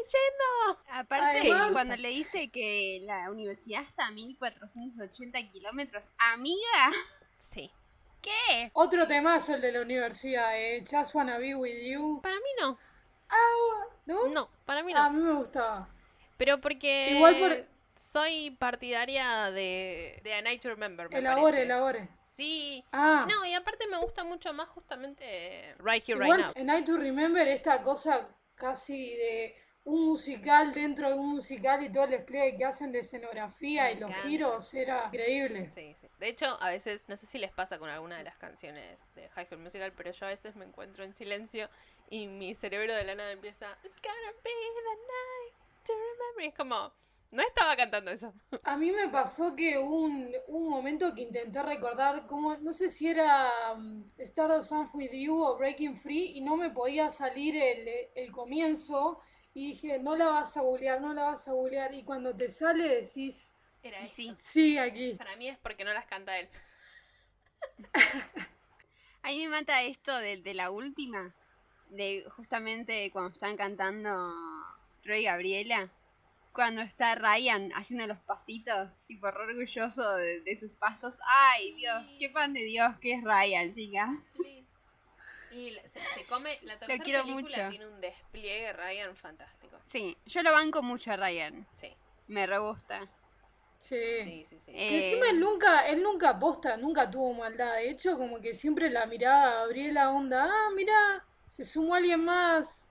[SPEAKER 1] yendo.
[SPEAKER 2] Aparte,
[SPEAKER 3] Además-
[SPEAKER 2] cuando le dice que la universidad está a 1480 kilómetros, amiga,
[SPEAKER 1] Sí.
[SPEAKER 2] ¿qué?
[SPEAKER 3] Otro temazo el de la universidad, eh. Just Wanna Be With You.
[SPEAKER 1] Para mí no.
[SPEAKER 3] ¿No?
[SPEAKER 1] No, para mí no.
[SPEAKER 3] A mí me gustaba.
[SPEAKER 1] Pero porque
[SPEAKER 3] Igual por-
[SPEAKER 1] soy partidaria de, de A Night to Remember. me
[SPEAKER 3] Elabore,
[SPEAKER 1] parece.
[SPEAKER 3] elabore.
[SPEAKER 1] Sí.
[SPEAKER 3] Ah,
[SPEAKER 1] No, y aparte me gusta mucho más justamente Right Here, Right
[SPEAKER 3] igual
[SPEAKER 1] Now.
[SPEAKER 3] en I To Remember esta cosa casi de un musical dentro de un musical y todo el despliegue que hacen de escenografía
[SPEAKER 1] Me
[SPEAKER 3] y los
[SPEAKER 1] encanta.
[SPEAKER 3] giros era increíble.
[SPEAKER 1] Sí, sí. De hecho, a veces, no sé si les pasa con alguna de las canciones de High School Musical, pero yo a veces me encuentro en silencio y mi cerebro de la nada empieza It's gonna be the night to remember. Y es como, no estaba cantando eso.
[SPEAKER 3] A mí me pasó que hubo un, hubo un momento que intenté recordar cómo, no sé si era um, Stardust Sun With You o Breaking Free y no me podía salir el, el comienzo y dije, no la vas a googlear, no la vas a googlear y cuando te sale decís,
[SPEAKER 1] Era
[SPEAKER 2] Y sí.
[SPEAKER 3] sí, aquí.
[SPEAKER 1] Para mí es porque no las canta él.
[SPEAKER 2] A mí me mata esto de, de la última, de justamente cuando están cantando Troy y Gabriela, cuando está Ryan haciendo los pasitos, tipo re orgulloso de, de sus pasos. Ay, Dios, qué fan de Dios que es Ryan, chicas.
[SPEAKER 1] Please. Y la- se, se come, la tercera
[SPEAKER 2] quiero
[SPEAKER 1] película
[SPEAKER 2] mucho.
[SPEAKER 1] tiene un despliegue Ryan fantástico.
[SPEAKER 2] Sí, yo lo banco mucho a Ryan,
[SPEAKER 1] Sí,
[SPEAKER 2] me re gusta.
[SPEAKER 3] Sí.
[SPEAKER 1] sí, sí, sí.
[SPEAKER 3] Que
[SPEAKER 2] Eh,
[SPEAKER 3] encima él nunca, él nunca aposta, nunca tuvo maldad. De hecho, como que siempre la miraba a Gabriela onda, ah, mirá, se sumó alguien más.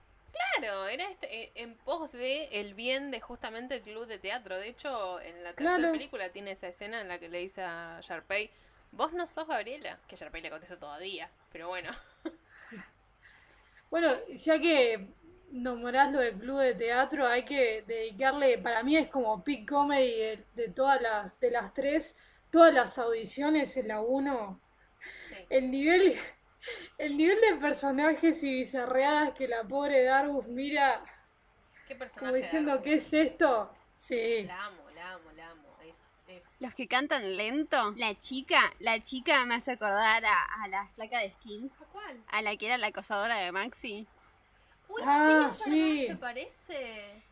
[SPEAKER 1] Claro, era este, eh, en pos de el bien de justamente el club de teatro. De hecho, en la tercera
[SPEAKER 3] Claro.
[SPEAKER 1] película tiene esa escena en la que le dice a Sharpay, vos no sos Gabriela. Que Sharpay le contesta todavía, pero bueno.
[SPEAKER 3] Bueno, ya que nombrás lo del club de teatro, hay que dedicarle, para mí es como peak comedy de, de todas las, de las tres, todas las audiciones en la 1.
[SPEAKER 1] Sí.
[SPEAKER 3] El nivel, el nivel de personajes y bizarreadas que la pobre Dargus mira,
[SPEAKER 1] ¿Qué personaje?
[SPEAKER 3] como diciendo,
[SPEAKER 1] Darwin?
[SPEAKER 3] ¿qué es esto? Sí.
[SPEAKER 1] La amo, la amo, la amo. Es, es-
[SPEAKER 2] Los que cantan lento, la chica, la chica me hace acordar a, a la flaca de Skins,
[SPEAKER 1] ¿A cuál?
[SPEAKER 2] a la que era la acosadora de Maxi.
[SPEAKER 1] Uy,
[SPEAKER 3] Ah,
[SPEAKER 1] sí, es verdad,
[SPEAKER 3] sí.
[SPEAKER 1] se parece.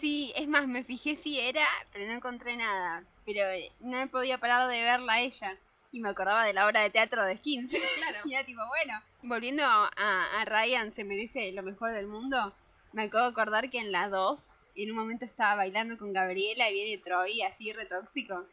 [SPEAKER 2] Sí, es más, me fijé si era, pero no encontré nada. Pero eh, no podía parar de verla a ella. Y me acordaba de la obra de teatro de Skins.
[SPEAKER 1] Claro.
[SPEAKER 2] y era tipo, bueno, volviendo a, a Ryan, se merece lo mejor del mundo. Me acabo de acordar que en la 2, en un momento estaba bailando con Gabriela y viene Troy, así retóxico.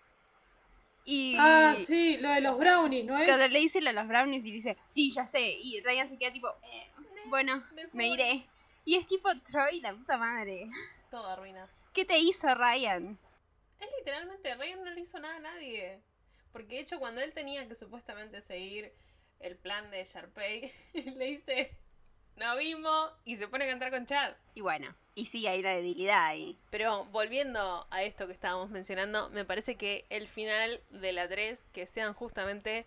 [SPEAKER 2] Y
[SPEAKER 3] Ah, sí, lo de los brownies, ¿no es?
[SPEAKER 2] cuando le dicen a los brownies y dice, sí, ya sé. Y Ryan se queda tipo, "Eh, bueno,
[SPEAKER 1] Me
[SPEAKER 2] me
[SPEAKER 1] voy".
[SPEAKER 2] iré. Y es tipo Troy, la puta madre.
[SPEAKER 1] Todo arruinas.
[SPEAKER 2] ¿Qué te hizo Ryan?
[SPEAKER 1] Él literalmente, Ryan no le hizo nada a nadie. Porque de hecho, cuando él tenía que supuestamente seguir el plan de Sharpay, le dice, no vimos, y se pone a cantar con Chad.
[SPEAKER 2] Y bueno, y sí, hay una debilidad ahí.
[SPEAKER 1] Pero volviendo a esto que estábamos mencionando, me parece que el final de la 3, que sean justamente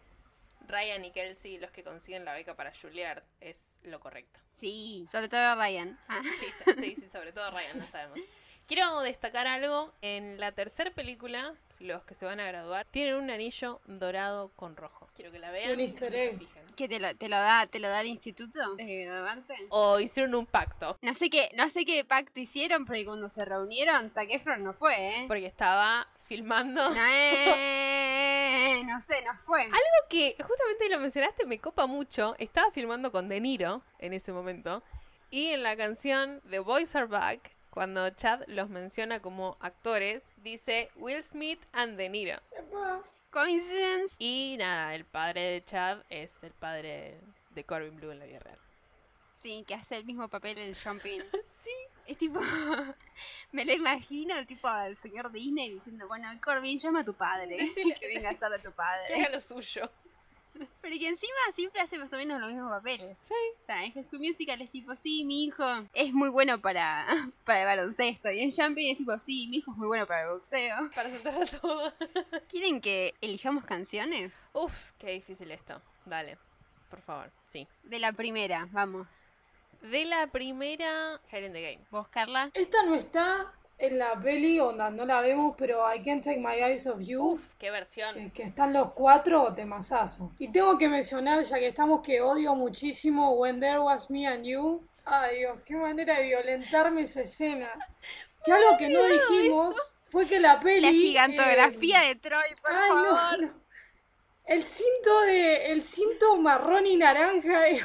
[SPEAKER 1] Ryan y Kelsey los que consiguen la beca para Juilliard, es lo correcto.
[SPEAKER 2] Sí, sobre todo Ryan. Ah,
[SPEAKER 1] Sí, so- sí, sí, sobre todo Ryan, no sabemos. Quiero destacar algo. En la tercera película, los que se van a graduar tienen un anillo dorado con rojo. Quiero que la vean.
[SPEAKER 3] Un easter
[SPEAKER 1] y que se
[SPEAKER 3] egg.
[SPEAKER 1] fijen.
[SPEAKER 2] ¿Qué te lo, te lo da, te lo da el instituto antes de graduarte?
[SPEAKER 1] O hicieron un pacto.
[SPEAKER 2] No sé qué, no sé qué pacto hicieron, porque cuando se reunieron, Zac Efron no fue, ¿eh?
[SPEAKER 1] Porque estaba filmando.
[SPEAKER 2] No, eh, no sé, no fue.
[SPEAKER 1] Algo que justamente lo mencionaste, me copa mucho. Estaba filmando con De Niro en ese momento. Y en la canción The Boys Are Back, cuando Chad los menciona como actores, dice Will Smith and De Niro.
[SPEAKER 3] Epa.
[SPEAKER 2] Coincidence.
[SPEAKER 1] Y nada, el padre de Chad es el padre de Corbin Blue en la vida real.
[SPEAKER 2] Sí, que hace el mismo papel en Jumping.
[SPEAKER 1] Sí.
[SPEAKER 2] Es tipo, me lo imagino, tipo al señor Disney diciendo, bueno, Corbin, llama a tu padre, que venga a ser de tu
[SPEAKER 1] Que
[SPEAKER 2] padre.
[SPEAKER 1] haga lo suyo.
[SPEAKER 2] Pero que encima siempre hace más o menos los mismos papeles.
[SPEAKER 1] Sí.
[SPEAKER 2] O sea, en High School Musical es tipo, sí, mi hijo es muy bueno para, para el baloncesto. Y en Jumping es tipo, sí, mi hijo es muy bueno para el boxeo.
[SPEAKER 1] Para soltar la soga.
[SPEAKER 2] ¿Quieren que elijamos canciones?
[SPEAKER 1] Uf, qué difícil esto. Dale, por favor. Sí.
[SPEAKER 2] De la primera, vamos.
[SPEAKER 1] De la primera, Hair in the Game.
[SPEAKER 2] ¿Vos, Carla?
[SPEAKER 3] Esta no está en la peli, onda, no la vemos, pero I Can't Take My Eyes Off You.
[SPEAKER 1] Uf, qué versión.
[SPEAKER 3] Que, que están los cuatro temazazo. Y tengo que mencionar, ya que estamos, que odio muchísimo When There Was Me and You. Ay Dios, qué manera de violentarme esa escena. Que algo que no dijimos fue que la peli...
[SPEAKER 2] La gigantografía
[SPEAKER 3] eh,
[SPEAKER 2] de Troy, por
[SPEAKER 3] ay, no,
[SPEAKER 2] favor.
[SPEAKER 3] no. El cinto de... El cinto marrón y naranja de...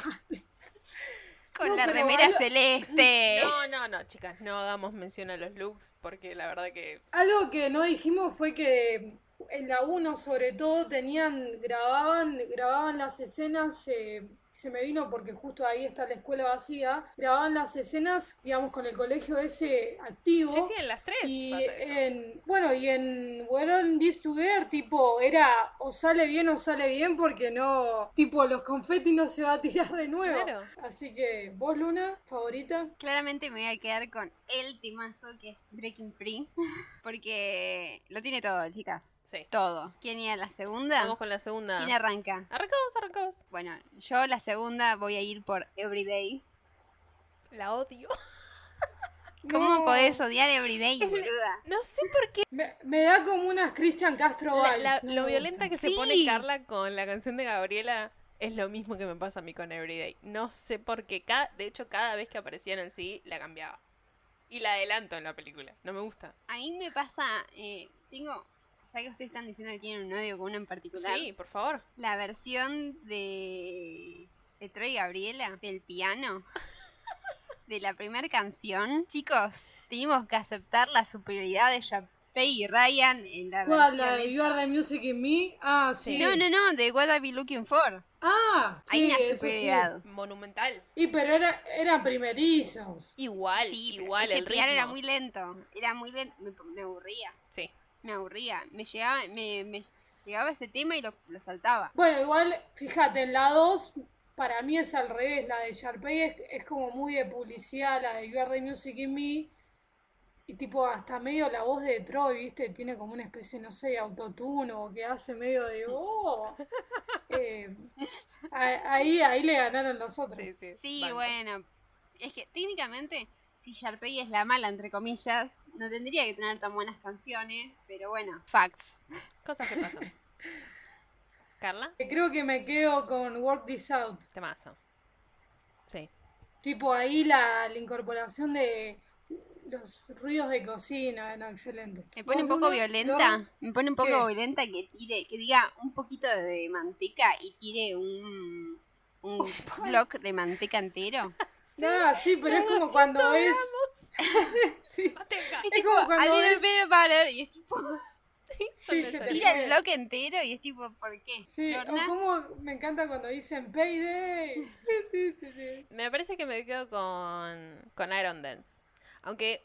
[SPEAKER 2] Con
[SPEAKER 3] No,
[SPEAKER 2] la
[SPEAKER 3] pero
[SPEAKER 2] remera
[SPEAKER 3] algo-
[SPEAKER 2] celeste.
[SPEAKER 1] No, Eh, no, no, chicas, no hagamos mención a los looks porque la verdad que
[SPEAKER 3] Algo que no dijimos fue que en la 1 sobre todo tenían, grababan, grababan las escenas, eh, se me vino porque justo ahí está la escuela vacía, grababan las escenas, digamos, con el colegio ese activo.
[SPEAKER 1] Sí, sí, en las tres.
[SPEAKER 3] Y
[SPEAKER 1] pasa eso.
[SPEAKER 3] en, bueno, y en We're All in This Together, tipo, era o sale bien o sale bien porque no, tipo, los confetis no se va a tirar de nuevo.
[SPEAKER 1] Claro.
[SPEAKER 3] Así que, vos Luna, favorita.
[SPEAKER 2] Claramente me voy a quedar con el temazo que es Breaking Free, porque lo tiene todo, chicas.
[SPEAKER 1] Sí.
[SPEAKER 2] Todo. ¿Quién era la segunda?
[SPEAKER 1] Vamos con la segunda.
[SPEAKER 2] ¿Quién arranca?
[SPEAKER 1] Arrancamos, arrancamos.
[SPEAKER 2] Bueno, yo la segunda voy a ir por Everyday.
[SPEAKER 1] La odio.
[SPEAKER 2] ¿Cómo
[SPEAKER 3] No.
[SPEAKER 2] podés odiar Everyday, boluda?
[SPEAKER 1] No sé por qué
[SPEAKER 3] Me, me da como unas Christian Castro
[SPEAKER 1] la-
[SPEAKER 3] vibes,
[SPEAKER 1] la-
[SPEAKER 3] no
[SPEAKER 1] lo
[SPEAKER 3] me
[SPEAKER 1] violenta
[SPEAKER 3] gustan.
[SPEAKER 1] que se
[SPEAKER 2] Sí.
[SPEAKER 1] pone Carla con la canción de Gabriela es lo mismo que me pasa a mí con Everyday. No sé por qué. Ca- de hecho, cada vez que aparecían en sí, la cambiaba. Y la adelanto en la película. No me gusta.
[SPEAKER 2] A mí me pasa, eh, tengo, ya que ustedes están diciendo que tienen un odio con una en particular,
[SPEAKER 1] Sí, por favor.
[SPEAKER 2] la versión de, de Troy Gabriela, del piano, de la primera canción. Chicos, tuvimos que aceptar la superioridad de Chapey y Ryan en la
[SPEAKER 3] ¿Cuál? La de
[SPEAKER 2] versión...
[SPEAKER 3] You Are the Music in Me. Ah, sí.
[SPEAKER 2] No, no, no, de What I Be Looking For.
[SPEAKER 3] Ah,
[SPEAKER 2] Hay
[SPEAKER 3] sí,
[SPEAKER 2] una
[SPEAKER 3] eso sí.
[SPEAKER 2] superioridad.
[SPEAKER 1] Monumental.
[SPEAKER 3] Y pero era, eran primerizos.
[SPEAKER 1] Igual,
[SPEAKER 2] Sí, pero
[SPEAKER 1] igual
[SPEAKER 2] ese
[SPEAKER 1] el ritmo.
[SPEAKER 2] piano era muy lento, era muy lento, me, me aburría,
[SPEAKER 1] Sí.
[SPEAKER 2] me aburría, me llegaba, me, me llegaba ese tema y lo, lo saltaba.
[SPEAKER 3] Bueno, igual, fíjate, en la 2, para mí es al revés. La de Sharpay es, es como muy de publicidad, la de You Are the Music in Me. Y tipo, hasta medio la voz de Troy, ¿viste? Tiene como una especie, no sé, de autotune o que hace medio de. ¡Oh! Eh, a- ahí, ahí le ganaron los otros.
[SPEAKER 1] Sí, sí.
[SPEAKER 2] Sí,
[SPEAKER 1] banco.
[SPEAKER 2] bueno, es que técnicamente, si Sharpay es la mala, entre comillas, no tendría que tener tan buenas canciones, pero bueno, facts.
[SPEAKER 1] Cosas que pasan. Carla,
[SPEAKER 3] Creo que me quedo con Work This Out.
[SPEAKER 1] te mazo. Sí.
[SPEAKER 3] Tipo ahí la, la incorporación de los ruidos de cocina, no, excelente.
[SPEAKER 2] Me pone un
[SPEAKER 3] ¿Vos,
[SPEAKER 2] poco
[SPEAKER 3] Luna?
[SPEAKER 2] violenta,
[SPEAKER 3] ¿Lorna?
[SPEAKER 2] me pone un poco
[SPEAKER 3] ¿Qué?
[SPEAKER 2] violenta que tire, que diga un poquito de manteca y tire un, un block de manteca entero.
[SPEAKER 3] Nah, sí, pero es como cuando ves. sí,
[SPEAKER 1] Manteca.
[SPEAKER 2] Es
[SPEAKER 3] Es
[SPEAKER 2] tipo,
[SPEAKER 3] como cuando
[SPEAKER 2] a little
[SPEAKER 3] ves-
[SPEAKER 2] bit of butter, y es tipo,
[SPEAKER 3] sí,
[SPEAKER 1] Son
[SPEAKER 3] se te
[SPEAKER 1] esas.
[SPEAKER 2] tira el
[SPEAKER 3] fue.
[SPEAKER 2] bloque entero y es tipo, ¿por qué?
[SPEAKER 3] Sí, o
[SPEAKER 2] Lorna?
[SPEAKER 3] como me encanta cuando dicen payday.
[SPEAKER 1] Me parece que me quedo con, con Iron Dance. Aunque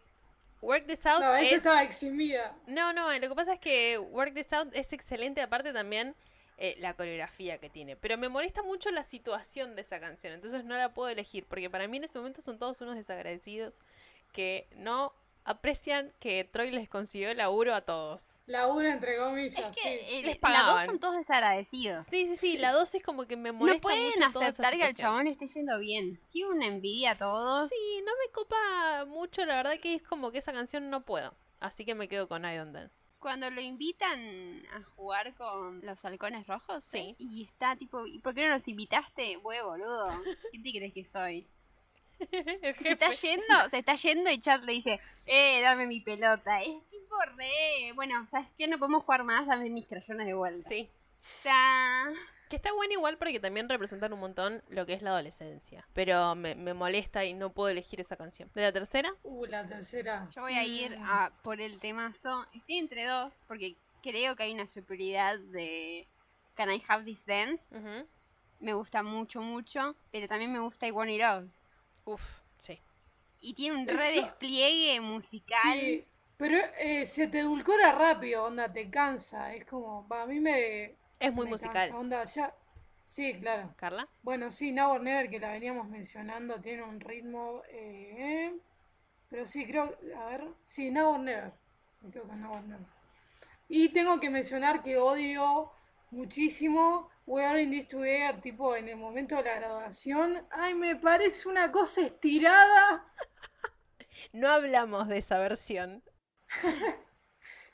[SPEAKER 1] Work This Out
[SPEAKER 3] No, esa
[SPEAKER 1] es...
[SPEAKER 3] estaba eximida.
[SPEAKER 1] No, no, lo que pasa es que Work This Out es excelente, aparte también eh, la coreografía que tiene. Pero me molesta mucho la situación de esa canción, entonces no la puedo elegir, porque para mí en ese momento son todos unos desagradecidos que no aprecian que Troy les consiguió el laburo a todos.
[SPEAKER 3] La una entre comillas,
[SPEAKER 2] Es que
[SPEAKER 3] sí.
[SPEAKER 2] eh,
[SPEAKER 1] Les
[SPEAKER 2] la dos
[SPEAKER 1] pagaban.
[SPEAKER 2] son todos desagradecidos.
[SPEAKER 1] Sí, sí, sí, la dos es como que me molesta
[SPEAKER 2] No pueden
[SPEAKER 1] mucho toda esa
[SPEAKER 2] aceptar que al
[SPEAKER 1] situación.
[SPEAKER 2] chabón esté yendo bien. Tiene una envidia a todos.
[SPEAKER 1] Sí, no me copa mucho, la verdad que es como que esa canción no puedo. Así que me quedo con I Don't Dance.
[SPEAKER 2] Cuando lo invitan a jugar con los halcones rojos,
[SPEAKER 1] Sí.
[SPEAKER 2] ¿eh? y está tipo, ¿y por qué no nos invitaste? Güey, boludo. ¿Quién te crees que soy?
[SPEAKER 1] El
[SPEAKER 2] Se está
[SPEAKER 1] jefe.
[SPEAKER 2] yendo, se está yendo y Chad le dice, eh, dame mi pelota. Es tipo re, bueno, ¿sabes qué? No podemos jugar más, dame mis crayones de vuelta.
[SPEAKER 1] Sí.
[SPEAKER 2] O sea,
[SPEAKER 1] Que está bueno igual porque también representan un montón lo que es la adolescencia. Pero me, me molesta y no puedo elegir esa canción. ¿De la tercera?
[SPEAKER 3] Uh, la tercera.
[SPEAKER 2] Yo voy a ir
[SPEAKER 3] Mm.
[SPEAKER 2] a por el temazo. Estoy entre dos porque creo que hay una superioridad de Can I Have This Dance.
[SPEAKER 3] Mm.
[SPEAKER 1] Ujú.
[SPEAKER 2] Me gusta mucho, mucho. Pero también me gusta I Want It All.
[SPEAKER 1] Uf, sí.
[SPEAKER 2] Y tiene un
[SPEAKER 3] Eso-
[SPEAKER 2] re despliegue musical.
[SPEAKER 3] Sí, pero eh, se te edulcora rápido, onda, te cansa. Es como, va, a mí me.
[SPEAKER 1] Es muy
[SPEAKER 3] me
[SPEAKER 1] musical.
[SPEAKER 3] cansa, onda, ya. Sí, claro.
[SPEAKER 1] ¿Carla?
[SPEAKER 3] Bueno, sí, Now or Never, que la veníamos mencionando, tiene un ritmo. eh, pero sí, creo. A ver. Sí, Now or Never. Me quedo con Now or Never. Y tengo que mencionar que odio muchísimo We Are in This Together, tipo en el momento de la graduación. Ay, me parece una cosa estirada.
[SPEAKER 1] No hablamos de esa versión.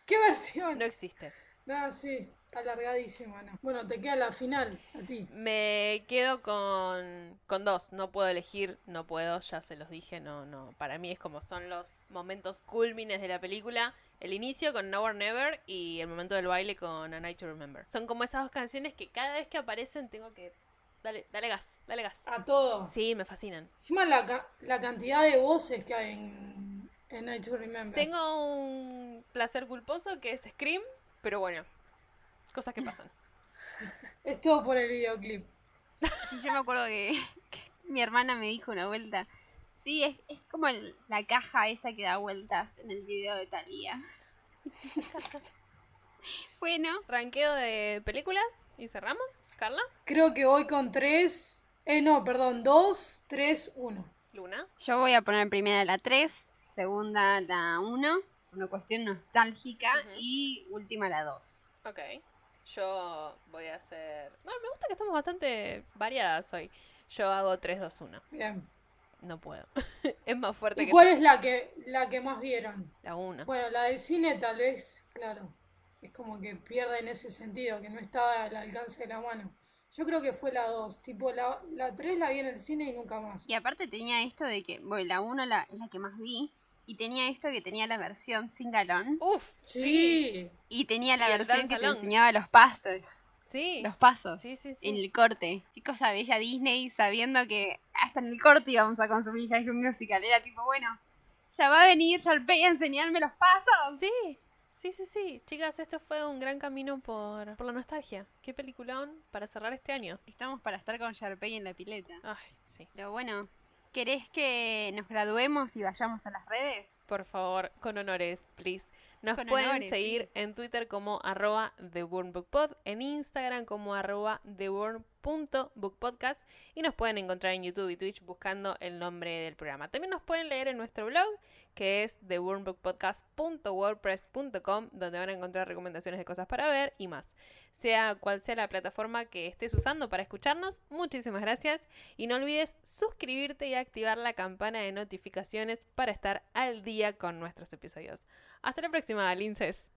[SPEAKER 3] ¿Qué versión?
[SPEAKER 1] No existe.
[SPEAKER 3] No, sí, alargadísima, no. Bueno, te queda la final, a ti.
[SPEAKER 1] Me quedo con, con dos. No puedo elegir, no puedo, ya se los dije. No, no. Para mí es como son los momentos culmines de la película. El inicio con No or Never y el momento del baile con A Night to Remember. Son como esas dos canciones que cada vez que aparecen tengo que... Dale, dale gas, dale gas.
[SPEAKER 3] A todo.
[SPEAKER 1] Sí, me fascinan.
[SPEAKER 3] Encima la, ca- la cantidad de voces que hay en, en I to Remember.
[SPEAKER 1] Tengo un placer culposo que es Scream, pero bueno, Cosas que pasan.
[SPEAKER 3] Es todo por el videoclip.
[SPEAKER 2] Sí, yo me acuerdo que, que mi hermana me dijo una vuelta. Sí, es, es como el- la caja esa que da vueltas en el video de Talía. bueno,
[SPEAKER 1] Ranqueo de películas y cerramos. Carla,
[SPEAKER 3] Creo que voy con tres. Eh, no, perdón, dos, tres, uno.
[SPEAKER 1] Luna,
[SPEAKER 2] yo voy a poner primera la 3, segunda la 1, una cuestión nostálgica,
[SPEAKER 1] Ujú.
[SPEAKER 2] y última la 2.
[SPEAKER 1] ok. Yo voy a hacer... Bueno, me gusta que estamos bastante variadas hoy. Yo hago 3, 2, 1.
[SPEAKER 3] Bien.
[SPEAKER 1] No puedo. es más fuerte
[SPEAKER 3] ¿Y
[SPEAKER 1] que Ah.
[SPEAKER 3] cuál
[SPEAKER 1] yo.
[SPEAKER 3] es la que, la que más vieron?
[SPEAKER 1] La 1.
[SPEAKER 3] Bueno, la del cine tal vez, claro. Es como que pierde en ese sentido, que no estaba al alcance de la mano. Yo creo que fue la 2. Tipo, la, la 3 la vi en el cine y nunca más.
[SPEAKER 2] Y aparte tenía esto de que, bueno, la 1 la, es la que más vi, y tenía esto que tenía la versión sin galón,
[SPEAKER 1] Uf,
[SPEAKER 3] Sí.
[SPEAKER 2] y tenía la
[SPEAKER 1] Y el
[SPEAKER 2] versión
[SPEAKER 1] dance
[SPEAKER 2] que te
[SPEAKER 1] along.
[SPEAKER 2] enseñaba los pasos,
[SPEAKER 1] sí.
[SPEAKER 2] los pasos,
[SPEAKER 1] Sí, sí, sí.
[SPEAKER 2] en el corte. Qué cosa bella Disney, sabiendo que hasta en el corte íbamos a consumir High School Musical, era tipo, bueno, ya va a venir Sharpay a enseñarme los pasos.
[SPEAKER 1] Sí, sí, sí, sí. Chicas, esto fue un gran camino por, por la nostalgia. Qué peliculón para cerrar este año.
[SPEAKER 2] Estamos para estar con Sharpay en la pileta.
[SPEAKER 1] Ay, sí.
[SPEAKER 2] Pero bueno, ¿querés que nos graduemos y vayamos a las redes?
[SPEAKER 1] Por favor, con honores, please. Nos
[SPEAKER 2] Con
[SPEAKER 1] pueden
[SPEAKER 2] honores,
[SPEAKER 1] seguir
[SPEAKER 2] sí.
[SPEAKER 1] en Twitter como arroba TheBurnBookPod, en Instagram como arroba TheBurn.bookpodcast y nos pueden encontrar en YouTube y Twitch buscando el nombre del programa. También nos pueden leer en nuestro blog que es TheBurnBookPodcast.wordpress.com donde van a encontrar recomendaciones de cosas para ver y más. Sea cual sea la plataforma que estés usando para escucharnos, muchísimas gracias y no olvides suscribirte y activar la campana de notificaciones para estar al día con nuestros episodios. Hasta la próxima, Linces.